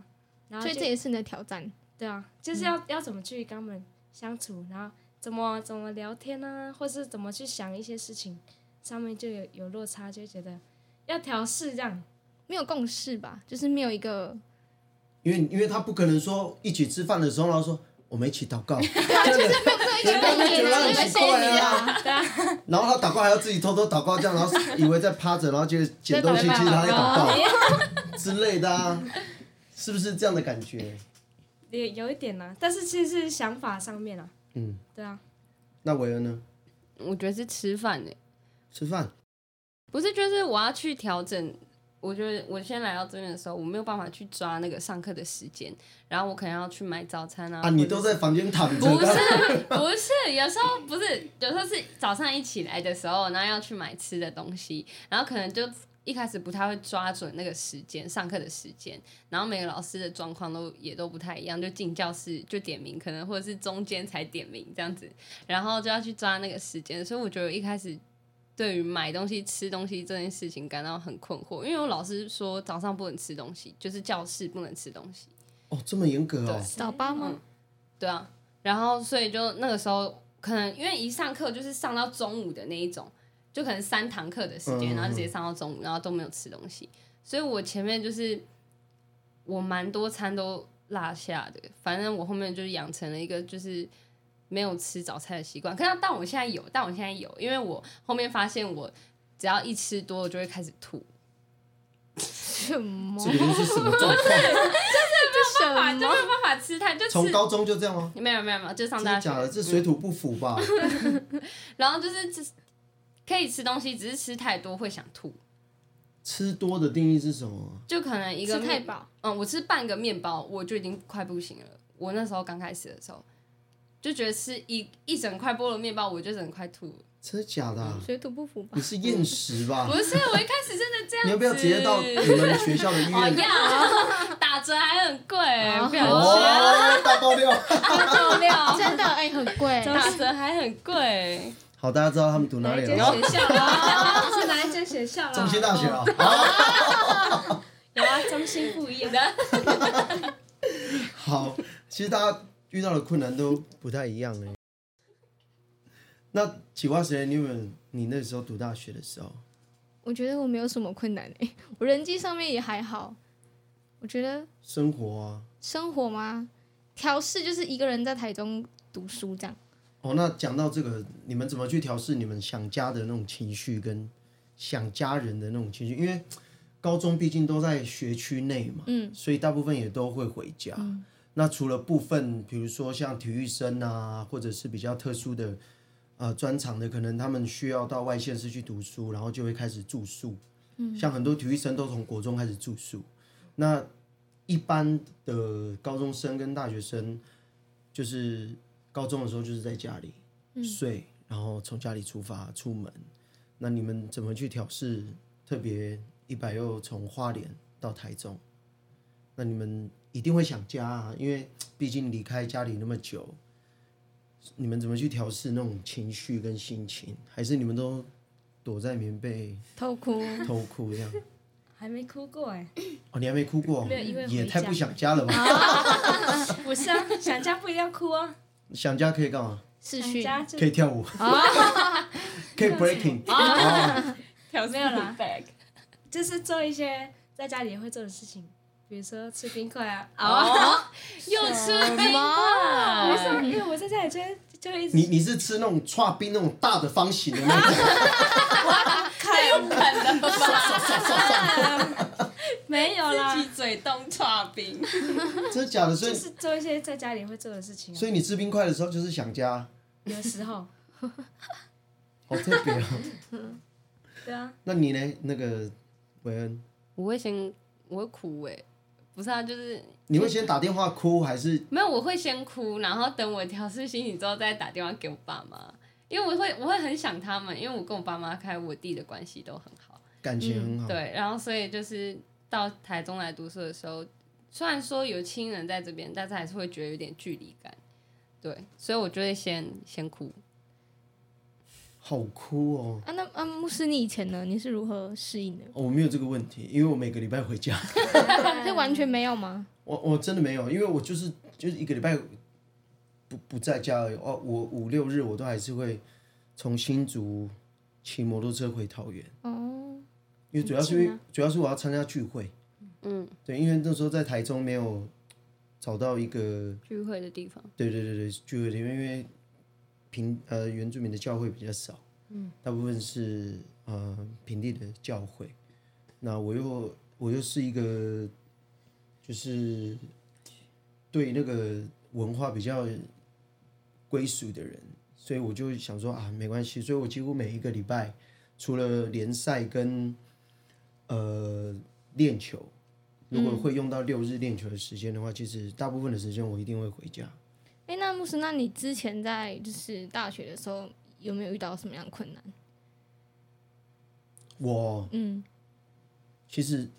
S4: 然后
S3: 所以
S4: 就
S3: 这也是你的挑战。
S4: 对啊，就是要、
S1: 嗯
S4: 要怎么去跟他们相处，然后怎么怎么聊天啊，或是怎么去想一些事情，上面就有有落差，就会觉得要调试这样。
S3: 没有共识吧，就是没有一个
S1: 因为因为他不可能说一起吃饭的时候，然后说我们一起祷告，觉得很
S3: 没有一个
S1: 奇怪啊。
S4: 对啊，
S1: 然后他祷告还要自己偷偷祷告，这样，然后以为在趴着，然后就捡东西，其实他在祷告之类的啊，是不是这样的感觉？
S4: 也有一点啦、但是其实是想法上面啊。
S1: 嗯，
S4: 对啊，
S1: 那韦恩呢？
S2: 我觉得是吃饭诶、
S1: 吃饭，
S2: 不是，就是我要去调整。我觉得我先来到这边的时候，我没有办法去抓那个上课的时间，然后我可能要去买早餐啊。
S1: 啊，你
S2: 或者
S1: 都在房间躺着，
S2: 不是不是，有时候不是，有时候是早上一起来的时候，然后要去买吃的东西，然后可能就一开始不太会抓准那个时间，上课的时间，然后每个老师的状况都也都不太一样，就进教室就点名，可能或者是中间才点名这样子，然后就要去抓那个时间，所以我觉得我一开始。对于买东西、吃东西这件事情感到很困惑，因为我老师说早上不能吃东西，就是教室不能吃东西。
S1: 哦，这么严格哦
S2: 对，
S3: 早八吗
S2: 嗯？对啊，然后所以就那个时候，可能因为一上课就是上到中午的那一种，就可能三堂课的时
S1: 嗯
S2: 间，
S1: 嗯
S2: 然后就直接上到中午，然后都没有吃东西，所以我前面就是我蛮多餐都落下的，反正我后面就是养成了一个就是没有吃早餐的习惯。可是但我现在有，但我现在有，因为我后面发现我只要一吃多，我就会开始吐。
S3: 什么？
S1: 这个又是什么状况？
S3: 这
S2: 办法
S3: 什
S2: 就没
S3: 么？
S2: 有办法吃太就
S1: 从
S2: 吃。
S1: 高中就这样吗？
S2: 没有没有没有，就上
S1: 真
S2: 大
S1: 的
S2: 学
S1: 假的？这水土不服吧？
S2: 然后就是就是可以吃东西，只是吃太多会想吐，
S1: 吃多的定义是什么？
S2: 就可能一个
S3: 吃太
S2: 面
S3: 饱，
S2: 嗯，我吃半个面包我就已经快不行了。我那时候刚开始的时候，就觉得吃一一整块菠萝面包，我就整块吐了。
S1: 真的假的啊？
S3: 水土不服吧
S1: 你？是厌食吧
S2: 不？是，我一开始真的这样子。
S1: 你要不要直接到你们学校的医
S2: 哦，
S1: 院？
S2: 要打折还很贵，不想去。
S1: 哦，大爆料！
S2: 爆料，
S3: 真的哎，很贵，
S2: 打折还很贵。
S1: 好，大家知道他们读哪里了
S4: 间
S1: 吗？
S4: 学校啊？ 是哪一间学校啊？
S1: 中兴大学啊！好
S4: 有啊，中心不一样。
S1: 好，其实大家遇到的困难都不太一样哎。那企划时间，你们你那时候读大学的时候，
S3: 我觉得我没有什么困难诶、 我人际上面也还好。我觉得
S1: 生活啊，
S3: 生活嘛，调试就是一个人在台中读书这样。
S1: 哦，那讲到这个，你们怎么去调试你们想家的那种情绪，跟想家人的那种情绪？因为高中毕竟都在学区内嘛，
S3: 嗯，
S1: 所以大部分也都会回家。那除了部分，比如说像体育生啊，或者是比较特殊的呃专长的，可能他们需要到外县市去读书，然后就会开始住宿。嗯，像很多体育生都从国中开始住宿。那一般的高中生跟大学生，就是高中的时候就是在家里、
S4: 嗯
S1: 睡，然后从家里出发出门。那你们怎么去调试？特别一百又从花莲到台中，那你们一定会想家啊，因为毕竟离开家里那么久，你们怎么去调试那种情绪跟心情？还是你们都躲在棉 被
S3: 偷哭，
S1: 偷哭这样？
S4: 还没哭过哎、
S1: 哦，你还没哭过？
S4: 没有因为回
S1: 也太
S4: 家啊
S1: 不想家了吧？
S4: 不是啊，想家不一定要哭啊，
S1: 想家可以干嘛？
S3: 视
S4: 想
S3: 讯
S4: 家就
S1: 可以跳舞，
S4: 啊
S1: 可以 breaking，
S2: 调
S4: 没有啦
S2: back，
S4: 就是做一些在家里也会做的事情，比如说吃冰块啊。
S2: 哦，又吃
S3: 什
S2: 冰
S3: 么
S4: 不是、
S2: 块，
S4: 啊，因为我在家里就会就会一直
S1: 你你是吃那种串冰那种大的方形的那 种，
S2: 太有可能了吧？
S4: 嗯 没有啦
S2: 自，己嘴动串冰，
S1: 真的假的？所
S4: 就
S1: 以
S4: 是做一些在家里会做的事情、啊。
S1: 所以你吃冰块的时候就是想家，
S4: 有时候，
S1: 好特别哦。
S4: 对 啊，
S1: 那你呢？那个韦恩，
S2: 我会先我会哭哎、不是啊，就是
S1: 你会先打电话哭还是
S2: 没有，我会先哭，然后等我调试心情之后再打电话给我爸妈，因为我会我会很想他们，因为我跟我爸妈还有我弟的关系都很好，
S1: 感情很
S4: 嗯
S1: 好？
S2: 对，然后所以就是到台中来读书的时候，虽然说有亲人在这边，但是还是会觉得有点距离感，对，所以我就会先先哭。
S1: 好哭哦。
S3: 啊，那啊，牧师，你以前呢？你是如何适应的？
S1: 哦我没有这个问题，因为我每个礼拜回家，
S4: 嗯
S3: 是完全没有吗？
S1: 我我真的没有，因为我就是就是一个礼拜不不在家而已。哦，我五六日我都还是会从新竹骑摩托车回桃园。
S3: 哦，
S1: 因为主要是因为、主要是我要参加聚会，嗯，对，因为那时候在台中没有找到一个，
S2: 聚会的地方，
S1: 对对对对，聚会的地方，因为平呃原住民的教会比较少，嗯，大部分是呃平地的教会，那我又我又是一个就是对那个文化比较归属的人，所以我就想说啊，没关系，所以我几乎每一个礼拜除了联赛跟呃练球，如果会用到六日练球的时间的话，其实大部分的时间我一定会回家。
S3: 哎，那牧师，那你之前在就是大学的时候有没有遇到什么样的困难？
S1: 我
S3: 嗯，
S1: 其实，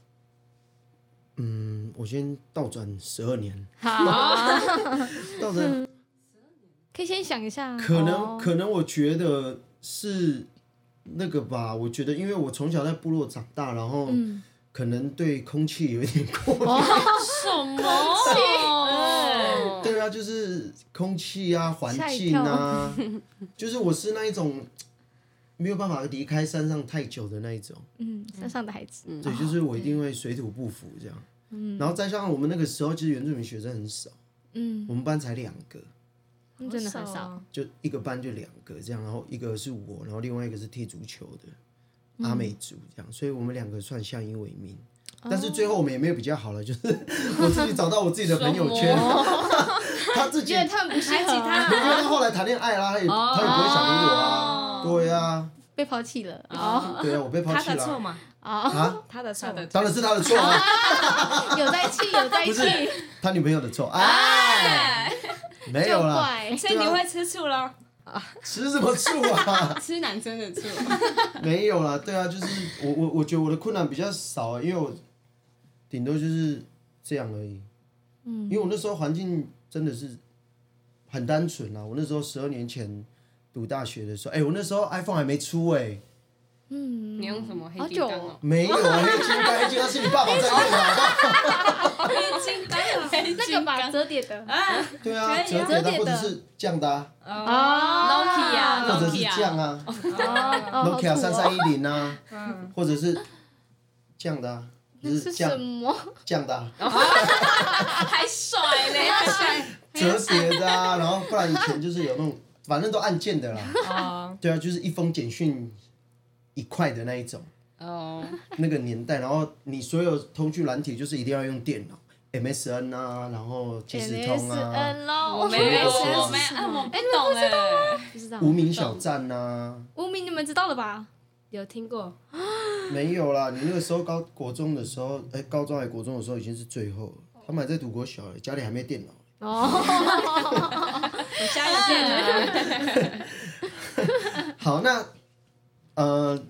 S1: 嗯，我先倒转十二年，
S3: 好，
S1: 倒转
S3: 可以先想一下。
S1: 可 能
S3: 哦
S1: 可能我觉得是那个吧，我觉得因为我从小在部落长大，然后可能对空气有一点过敏。
S2: 什么？
S1: 对啊，就是空气啊、环
S3: 吓一
S1: 境啊， 就是我是那一种没有办法离开山上太久的那一种，
S3: 嗯，山上的孩子，
S1: 对，就是我一定会水土不服这样。嗯然后再加上我们那个时候，其实原住民学生很少，
S3: 嗯
S1: 我们班才两个，
S3: 嗯真的很少。
S4: 哦
S1: 就一个班就两个这样，然后一个是我，然后另外一个是踢足球
S4: 嗯
S1: 的阿美族这样，所以我们两个算相依为命。
S4: 哦
S1: 但是最后我们也没有比较好了，就是我自己找到我自己的朋友圈， 他自己，
S3: 觉得他们不适合啊，
S1: 因为他后来谈恋爱啦，他也他也不会想理我啊，对呀，
S3: 哦被抛弃了
S4: 哦
S1: 对啊呀，我被抛
S4: 他
S1: 弃
S4: 的错
S1: 了
S4: 嘛，
S3: 哦，
S1: 啊，
S4: 他的错
S2: 他的
S1: 当然是他的错 啊，
S3: 有 在气，有在
S1: 不
S3: 气
S1: 是，他女朋友的错，哎，没
S3: 就
S1: 有啦，啊
S3: 怪。
S4: 所以你会吃醋咯。
S1: 吃什么醋啊？
S2: 吃男生的醋，
S1: 没有啦，对啊，就是我我我觉得我的困难比较少、啊，因为我顶多就是这样而已。嗯，因为我那时候环境真的是很单纯啊。我那时候十二年前读大学的时候，哎、我那时候 iPhone 还没出哎、
S3: 嗯，
S2: 你用什么黑
S3: 好
S2: 金
S3: 久
S2: 刚
S3: 哦
S2: 哦？
S1: 没有 啊，黑金刚，黑金刚是你爸爸在用的啊好不好，
S2: 哦
S4: 黑金刚
S2: 啊
S4: 有黑
S3: 那个吧，折叠的
S1: 对啊，
S4: 可以
S1: 折
S4: 啊
S1: 叠的
S3: 折叠的
S1: 或者是这样的、啊，
S2: 哦
S3: 啊
S2: Nokia
S1: 或者是这样啊
S3: 哦好土
S1: ，Nokia 三
S3: 哦，
S1: 三一零啊，或者是这样的、啊，就是
S3: 是
S1: 这
S3: 什
S1: 样
S3: 么？
S1: 这样的、啊。
S2: 还甩嘞，还甩。
S1: 折叠的啊，然后不然以前就是有那种，反正都按键的啦。
S2: 哦
S1: 对啊，就是一封简讯一块的那一种，
S2: 哦，
S1: 那个年代，然后你所有通讯软体就是一定要用电脑，MSN 啊，然后即时通啊，
S3: MSN 咯，
S2: 我没 有，
S1: 我没有
S2: 我没有，啊我不懂哎。
S4: 不知道
S1: 无名小站啊，
S3: 无名你们知道了吧？
S4: 有听过
S1: 没有啦。你那个时候高国中的时候，哎、高中还国中的时候已经是最后了，他们还在读国小、哎家里还没电脑。
S2: 我家有电脑，
S1: 好，那呃，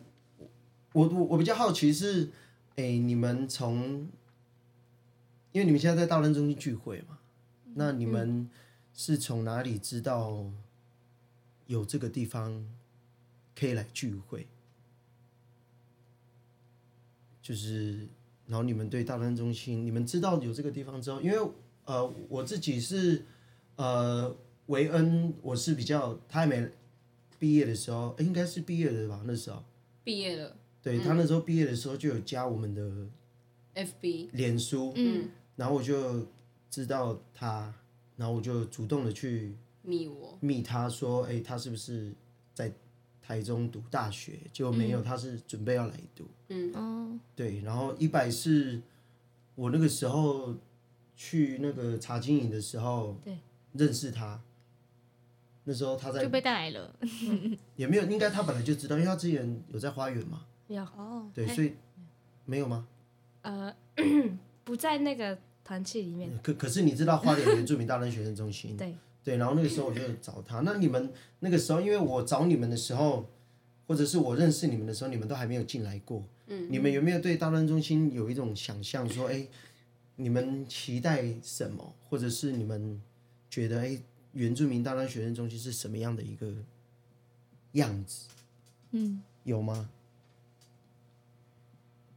S1: 我我我比较好奇是，哎、你们从，因为你们现在在大人中心聚会嘛，那你们是从哪里知道有这个地方可以来聚会？就是，然后你们对大人中心，你们知道有这个地方之后，因为呃，我自己是呃维恩，我是比较他还没毕业的时候，诶应该是毕业了吧？那时候，
S2: 毕业了
S1: 对他那时候毕业的时候就有加我们的
S2: ，FB，
S1: 脸书，
S2: 嗯，
S1: 然后我就知道他，然后我就主动的去
S2: 密我，
S1: 密他说，哎、他是不是在台中读大学？结果没有，他是准备要来读。
S3: 哦，
S1: 对，然后一百是我那个时候去那个茶经营的时候，
S4: 对，
S1: 认识他。那时候他在
S3: 就被带来了。
S1: 也没有，应该他本来就知道，因为他之前有在花园嘛，
S4: 有
S3: 哦，
S1: 对，所以没有吗？
S4: 呃不在那个团契里面，，
S1: 可可是你知道花莲原住民大人学生中心
S4: 对
S1: 对，然后那个时候我就找他。那你们那个时候，因为我找你们的时候，或者是我认识你们的时候，你们都还没有进来过。嗯，你们有没有对大专中心有一种想象，说，哎，你们期待什么，或者是你们觉得，哎，原住民大专学生中心是什么样的一个样子？嗯，有吗？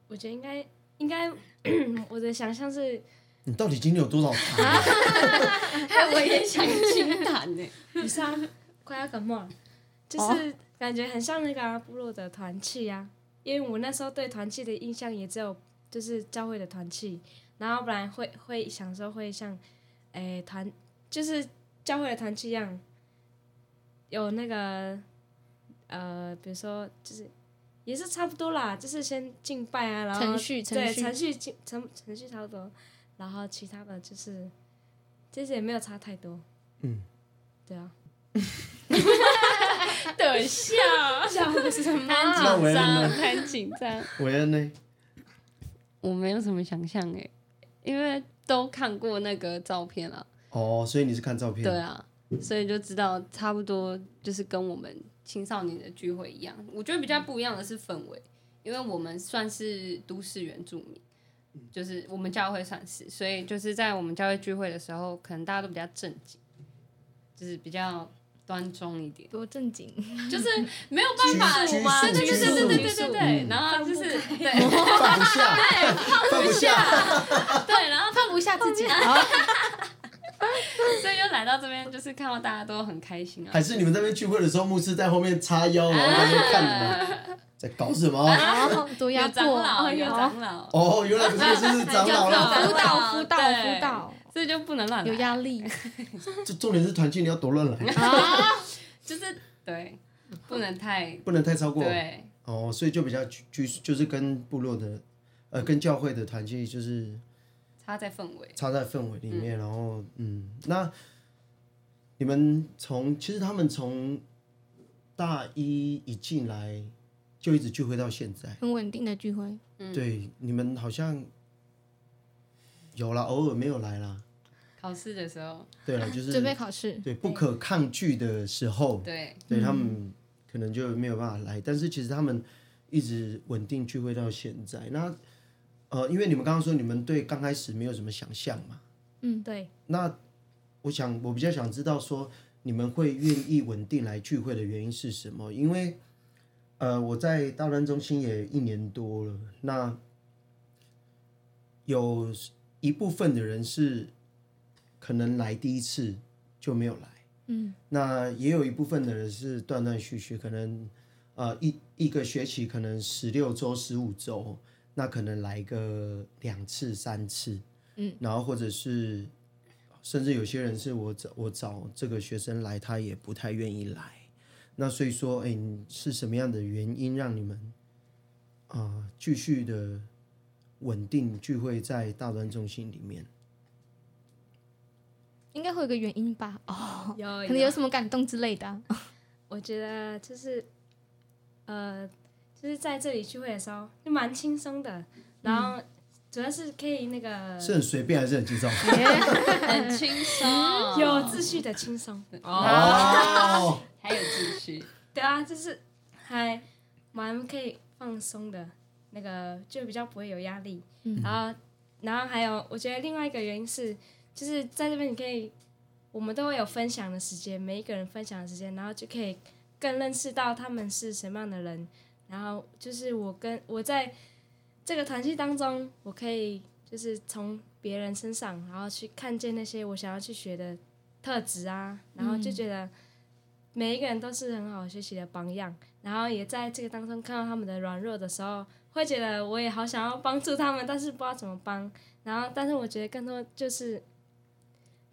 S4: 我觉得应该应该 我的想象是
S1: 你到底今天有多少啊盘？
S2: 哎，我也想清欸谈呢。
S4: 以上啊快要感冒了，就是感觉很像那个、啊、部落的团契啊，因为我那时候对团契的印象也只有就是教会的团契，然后不然会会想说会像，诶、团就是教会的团契一样，有那个呃，比如说就是也是差不多啦，就是先敬拜啊，然后
S3: 程序程
S4: 对
S3: 序
S4: 程序进程程序差不多，然后其他的就是其实也没有差太多，
S1: 嗯，
S4: 对啊。
S2: 等笑，
S4: 笑不是什么？ 啊
S1: 那
S2: 很
S1: 维
S2: 紧张，
S1: 恩呢？
S2: 很紧张。
S1: 维恩呢？
S2: 我没有什么想象哎，因为都看过那个照片啊了，
S1: 哦，所以你是看照片？
S2: 对啊，所以就知道差不多就是跟我们青少年的聚会一样。我觉得比较不一样的是氛围，因为我们算是都市原住民，就是我们教会算是，所以就是在我们教会聚会的时候，可能大家都比较正经，就是比较端庄一点。
S3: 多正经，
S2: 就是没有办法，
S1: 拘
S2: 对
S1: 拘束
S2: 对对对对对对对
S1: 嗯，
S2: 然后就是对
S1: 放不下，放不下。
S2: 对，然后
S3: 放不下自己。
S2: 所以就来到这边，就是看到大家都很开心啊
S1: 还，是你们在那边聚会的时候，牧师在后面叉腰，然后在那边看你们在搞什么？
S3: 哦，多压
S2: 啊有
S3: 迫
S2: 长老，有
S3: 哦，
S2: 长老，
S1: 哦，原来不是，这是长老
S3: 长
S1: 啦。
S3: 老辅导辅导
S2: 对
S3: 辅导，
S2: 这这就不能乱
S3: 有
S2: 来，
S3: 压力
S1: 这重点是团建，你要多 乱来，
S3: 啊。
S2: 就是对，不能太
S1: 不能太超过。
S2: 对，
S1: 哦，所以就比较拘拘，就是跟部落的，呃，跟教会的团契就是
S2: 差在氛围。
S1: 插在氛围里面，然后嗯，那你们从其实他们从大一一进来就一直聚会到现在，
S3: 很稳定的聚会，
S1: 对，你们好像有啦，偶尔没有来啦，
S2: 考试的时候，
S1: 对 了，就是
S3: 准备考试，
S1: 对不可抗拒的时候，
S2: 对，
S1: 对他
S3: 嗯
S1: 们可能就没有办法来，但是其实他们一直稳定聚会到现在。那呃，因为你们刚刚说你们对刚开始没有什么想象嘛，
S4: 嗯，对，
S1: 那我想我比较想知道说你们会愿意稳定来聚会的原因是什么？因为呃，我在大专中心也一年多了，那有一部分的人是可能来第一次就没有来。
S3: 嗯，
S1: 那也有一部分的人是断断续续，可能呃一一个学期可能十六周、十五周，那可能来个两次、三次，嗯，然后或者是甚至有些人是我找我找这个学生来，他也不太愿意来。那所以说，哎、你是什么样的原因让你们啊、呃继续的稳定聚会在大专中心里面？
S3: 应该会有个原因吧？哦，
S4: 有
S3: 可能有什么感动之类的啊、
S4: 我觉得就是，呃，就是在这里聚会的时候就蛮轻松的，然
S3: 嗯
S4: 后主要是可以那个
S1: 是很随便还是很轻松？
S2: 很轻松，嗯
S4: 有秩序的轻松。
S2: 哦，
S1: 哦，
S2: 还有秩序，
S4: 对啊，就是还蛮可以放松的，那个就比较不会有压力。然后，然后还有，我觉得另外一个原因是，就是在这边你可以，我们都会有分享的时间，每一个人分享的时间，然后就可以更认识到他们是什么样的人。然后就是我跟我在这个团契当中，我可以就是从别人身上，然后去看见那些我想要去学的特质啊，然后就觉得。每一个人都是很好学习的榜样，然后也在这个当中看到他们的软弱的时候，会觉得我也好想要帮助他们，但是不知道怎么帮。然后，但是我觉得更多就是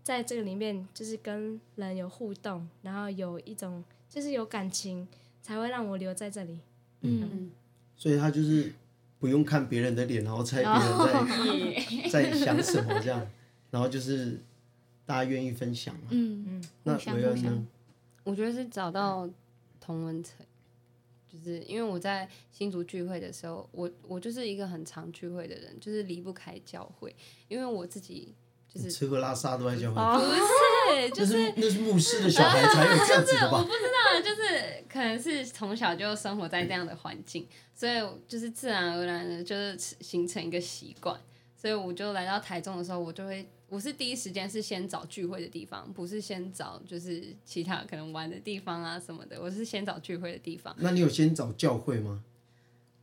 S4: 在这个里面，就是跟人有互动，然后有一种就是有感情，才会让我留在这 里。
S2: 嗯
S1: 所以他就是不用看别人的脸，然后猜别
S2: 哦
S1: 人在在想什么这样，然后就是大家愿意分享嘛。
S3: 嗯，
S1: 那
S3: 互相
S1: 维
S3: 互
S1: 恩
S3: 相
S1: 呢？
S2: 我觉得是找到同温层，就是因为我在新竹聚会的时候，我我就是一个很常聚会的人，就是离不开教会，因为我自己就
S1: 你
S2: 是
S1: 吃喝拉撒都在教会，
S4: 哦
S2: 对，就
S1: 那
S2: 是
S1: 是那是牧师的小孩才有这样子的吧？
S2: 那就是可能是从小就生活在这样的环境，所以就是自然而然的，就是形成一个习惯。所以我就来到台中的时候，我就会，我是第一时间是先找聚会的地方，不是先找就是其他可能玩的地方啊什么的，我是先找聚会的地方。
S1: 那你有先找教会吗？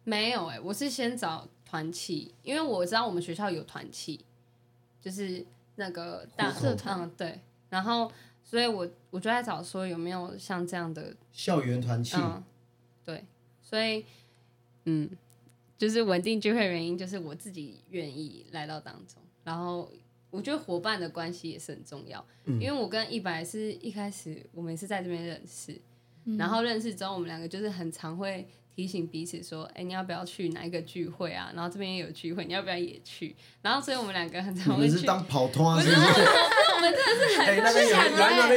S2: 没有哎、我是先找团契，因为我知道我们学校有团契，就是那个大
S1: 互动
S2: 嗯对，然后所以我我就在找说有没有像这样的
S1: 校园团契，
S2: 嗯，对，所以嗯，就是稳定聚会的原因就是我自己愿意来到当中，然后我觉得伙伴的关系也是很重要，
S1: 嗯
S2: 因为我跟一白是一开始我们也是在这边认识，然后认识之后我们两个就是很常会。提醒彼此说：“哎、你要不要去哪一个聚会啊？然后这边也有聚会，你要不要也去？”然后，所以我们两个很
S1: 你
S2: 常会
S1: 们
S2: 去。
S1: 是当跑团啊是不是？哎，那边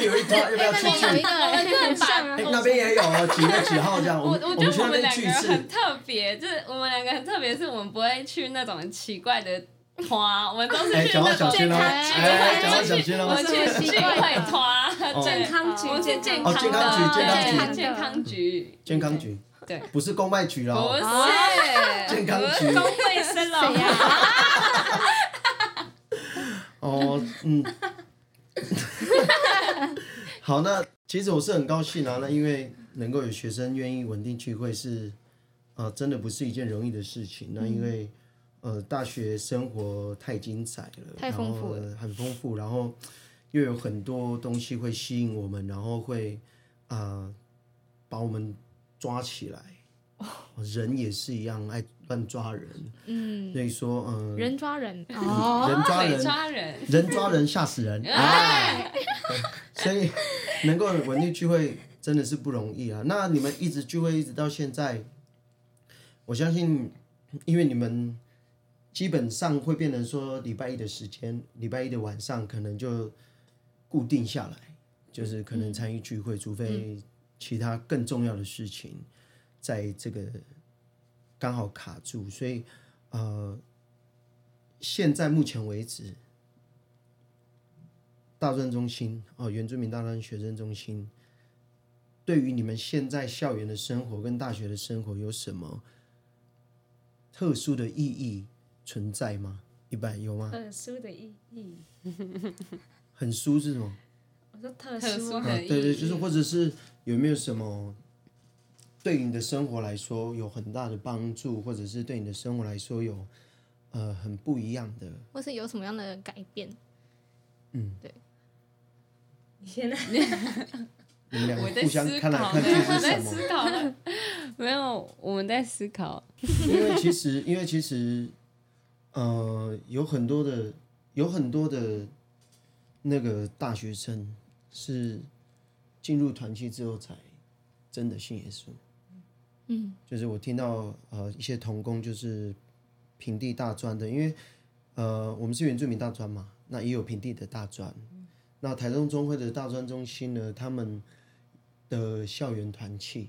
S1: 有一团，那边有
S2: 啊
S1: 一团，要不要出
S3: 哎那
S1: 去？
S3: 边有一个人
S4: 很像啊
S1: 哎，那边也有哦，几月几号这样？
S2: 我
S1: 们
S2: 我
S1: 我
S2: 觉
S1: 们去
S2: 得
S1: 那
S2: 我们
S1: 边
S2: 两
S1: 聚
S2: 个
S1: 一
S2: 人
S1: 次
S2: 很。特别，就是我们两个很特别，是我们不会去那种很奇怪的团，我们都是
S1: 哎，
S2: 去
S1: 讲话
S2: 那
S1: 小
S2: 种
S1: 心哦！
S2: 健康
S3: 哎
S2: 聚
S1: 哎，讲话
S2: 会，
S1: 小
S2: 我去
S1: 心
S2: 我
S1: 哦！
S2: 们去聚会团，
S4: 健
S2: 对，
S4: 康局
S2: 我，们是健
S1: 哦
S2: 康
S1: 健康局
S2: 的，
S1: 健康局
S2: 对健康局，
S1: 健康局，
S2: 哦对，
S1: 不是公卖局
S2: 不
S1: 哦，
S2: 是
S1: 健康局
S2: 我们公卫生了，
S4: 啊
S1: 哦，嗯， 好，那其实我是很高兴啊，那因为能够有学生愿意稳定聚会是，呃，真的不是一件容易的事情。那因为，呃，大学生活太精彩了，
S3: 太丰富
S1: 了，很丰富，然后又有很多东西会吸引我们，然后会
S3: 哦
S1: 啊、呃把我们抓起来。人也是一样，爱乱抓人，
S3: 嗯，
S1: 所以说嗯，
S3: 人抓人哦，
S1: 人抓
S2: 鬼
S1: 人，
S2: 抓人，
S1: 人抓人吓死人
S2: 哎
S1: 啊！所以能够文艺聚会真的是不容易啊。那你们一直聚会一直到现在，我相信，因为你们基本上会变成说礼拜一的时间，礼拜一的晚上可能就固定下来，就是可能参与聚会，除非其他更重要的事情在这个刚好卡住，所以呃。现在目前为止，大专中心哦，原住民大专学生中心，对于你们现在校园的生活跟大学的生活有什么特殊的意义存在吗？一般有吗？
S4: 特殊的意义，
S1: 很舒是什么？
S4: 我说特
S2: 特
S4: 殊
S2: 殊
S4: 啊
S2: 的
S1: 啊，
S2: 意
S1: 对对，
S2: 义
S1: 就是或者是有没有什么对你的生活来说有很大的帮助，或者是对你的生活来说有呃很不一样的？
S3: 或是有什么样的改变？
S4: 你现在
S1: 你们两
S2: 我
S1: 个
S2: 在
S1: 互相
S2: 思
S1: 看来
S2: 考
S1: 看去
S2: 呢
S1: 是
S2: 我在
S1: 什么？
S2: 思考呢，没有，我们在思考，
S1: 因为其实，因为其实，呃，有很多的，有很多的那个大学生是进入团契之后才真的信耶稣。嗯，就是我听到呃一些童工就是平地大专的，因为呃我们是原住民大专嘛，那也有平地的大专。那台中中会的大专中心呢，他们的校园团契，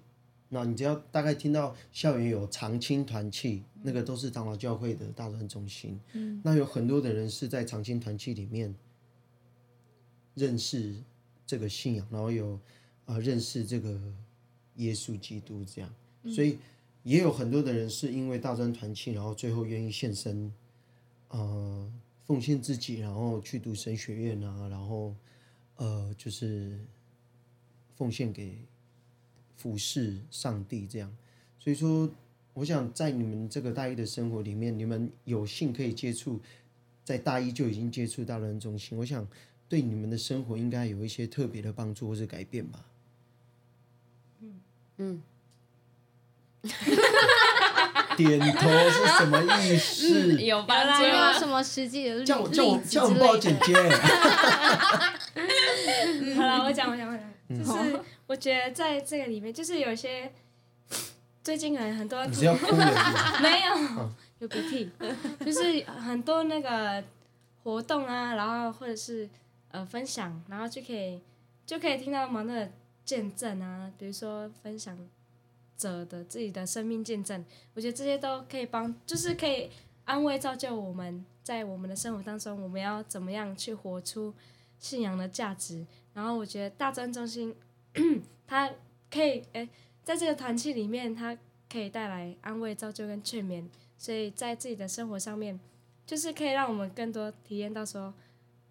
S1: 那你只要大概听到校园有长青团契，那个都是长老教会的大专中心。嗯，那有很多的人是在长青团契里面认识这个信仰，然后有呃认识这个耶稣基督这样，所以也有很多的人是因为大专团契，然后最后愿意献身，呃，奉献自己，然后去读神学院啊，然后呃就是奉献给。服侍上帝这样。所以说，我想在你们这个大一的生活里面，你们有幸可以接触，在大一就已经接触大人中心，我想对你们的生活应该有一些特别的帮助或是改变吧。嗯嗯，点头是什么意思？
S2: 有吧？
S4: 有啦
S3: 有
S2: 就
S3: 没
S4: 对
S3: 有
S4: 啊
S3: 什么实际的例
S1: 叫我叫我
S3: 例子
S1: 叫我
S3: 之
S1: 帮我
S3: 类的
S1: 剪接，
S4: 好了，我讲，我讲，我讲，
S1: 嗯
S4: 就是我觉得在这个里面，就是有一些 最近很很多
S1: 你是要哭了是吗？
S4: 没有有鼻涕，就是很多那个活动啊，然后或者是呃分享，然后就可以就可以听到蛮多的见证啊，比如说分享者的自己的生命见证，我觉得这些都可以帮，就是可以安慰造就我们在我们的生活当中，我们要怎么样去活出信仰的价值。然后我觉得大专中心， 它可以诶，在这个团契里面，它可以带来安慰、造就跟劝勉，所以在自己的生活上面，就是可以让我们更多体验到说，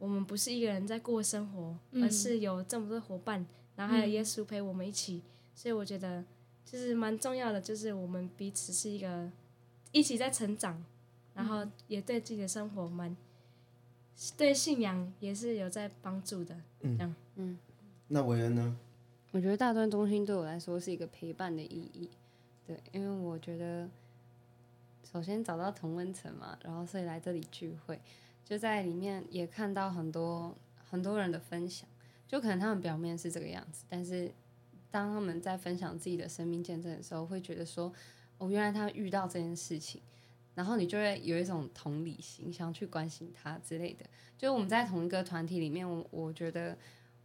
S4: 我们不是一个人在过生活，
S3: 嗯
S4: 而是有这么多伙伴，然后还有耶稣陪我们一起，所以我觉得就是蛮重要的，就是我们彼此是一个一起在成长，然后也对自己的生活蛮。对信仰也是有在帮助的，
S1: 那韦恩呢？
S2: 我觉得大专中心对我来说是一个陪伴的意义，对，因为我觉得首先找到同温层嘛，然后所以来这里聚会，就在里面也看到很多很多人的分享，就可能他们表面是这个样子，但是当他们在分享自己的生命见证的时候，会觉得说，哦，原来他遇到这件事情。然后你就会有一种同理心，想要去关心他之类的。就是我们在同一个团体里面，我我觉得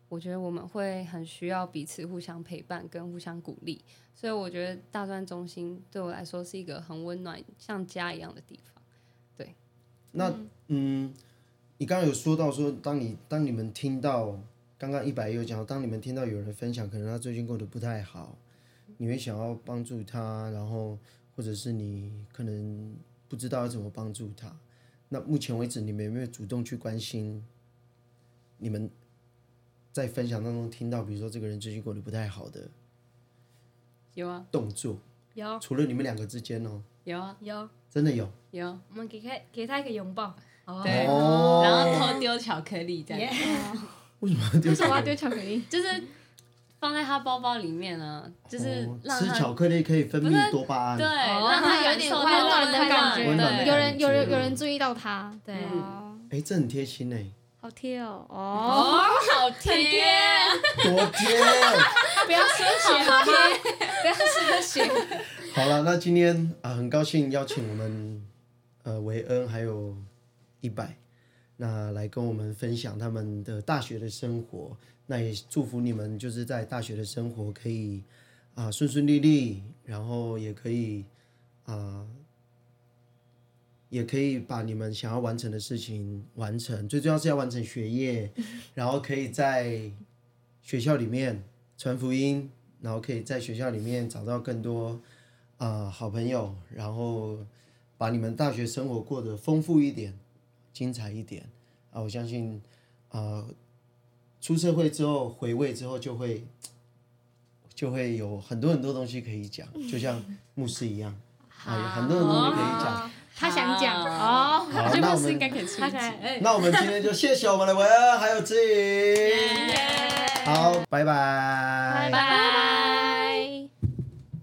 S2: 我觉得我们会很需要彼此互相陪伴跟互相鼓励，所以我觉得大专中心对我来说是一个很温暖、像家一样的地方。
S1: 那嗯，你刚刚有说到说，当你当你们听到刚刚一百也有讲到，当你们听到有人分享，可能他最近过得不太好，你会想要帮助他，然后或者是你可能不知道要怎么帮助他。那目前为止，你们有没有主动去关心你们在分享当中听到，比如说这个人最近过得不太好的
S2: 有啊，
S1: 动作？
S4: 有
S1: 除了你们两个之间哦，
S2: 有啊，
S4: 有，
S1: 真的有。
S2: 有啊。
S4: 我们给他给他一个拥抱，好不好？
S2: 对，
S1: 哦
S2: 然后偷丢巧克力这样
S4: Yeah
S1: 为什么要丢
S3: 为什
S1: 这
S3: 么要
S1: 个？
S3: 丢巧克力？
S2: 就是放在他包包里面啊，就是
S1: 哦
S2: 让
S1: 吃
S2: 他、
S1: 巧克力可以分
S2: 不是
S1: 泌多巴胺，
S2: 对，
S3: 哦
S2: 让他
S3: 有
S2: 感
S3: 点
S2: 受
S3: 温
S2: 到
S3: 暖的感
S2: 对
S1: 温暖的
S3: 有
S1: 感
S3: 人
S1: 觉
S3: 有人有人注意到他，
S4: 对
S3: 哇
S1: 哎，这很贴心呢，
S3: 好贴哦，
S2: 哦
S3: 哦，，
S2: 好贴，
S1: 多贴。
S3: 不要说
S4: 谢好吗？不要说谢。
S1: 好了，那今天啊、很高兴邀请我们呃维恩还有一百，那来跟我们分享他们的大学的生活。那也祝福你们就是在大学的生活可以啊、顺顺利利，然后也可以啊、也可以把你们想要完成的事情完成。最重要是要完成学业，然后可以在学校里面传福音，然后可以在学校里面找到更多啊、好朋友，然后把你们大学生活过得丰富一点、精彩一点啊！我相信啊、出社会之后回味之后就会就会有很多很多东西可以讲，就像牧师一样啊，有很多很多东西可以讲。
S3: 他想讲
S2: 好
S3: 哦，
S1: 好
S2: 我觉得
S1: 那
S2: 牧
S1: 我
S2: 师
S1: 们
S2: 应该可以出一集，
S1: 那我们今天就谢谢我们的文恩还有志颖，好，拜拜，
S3: 拜拜。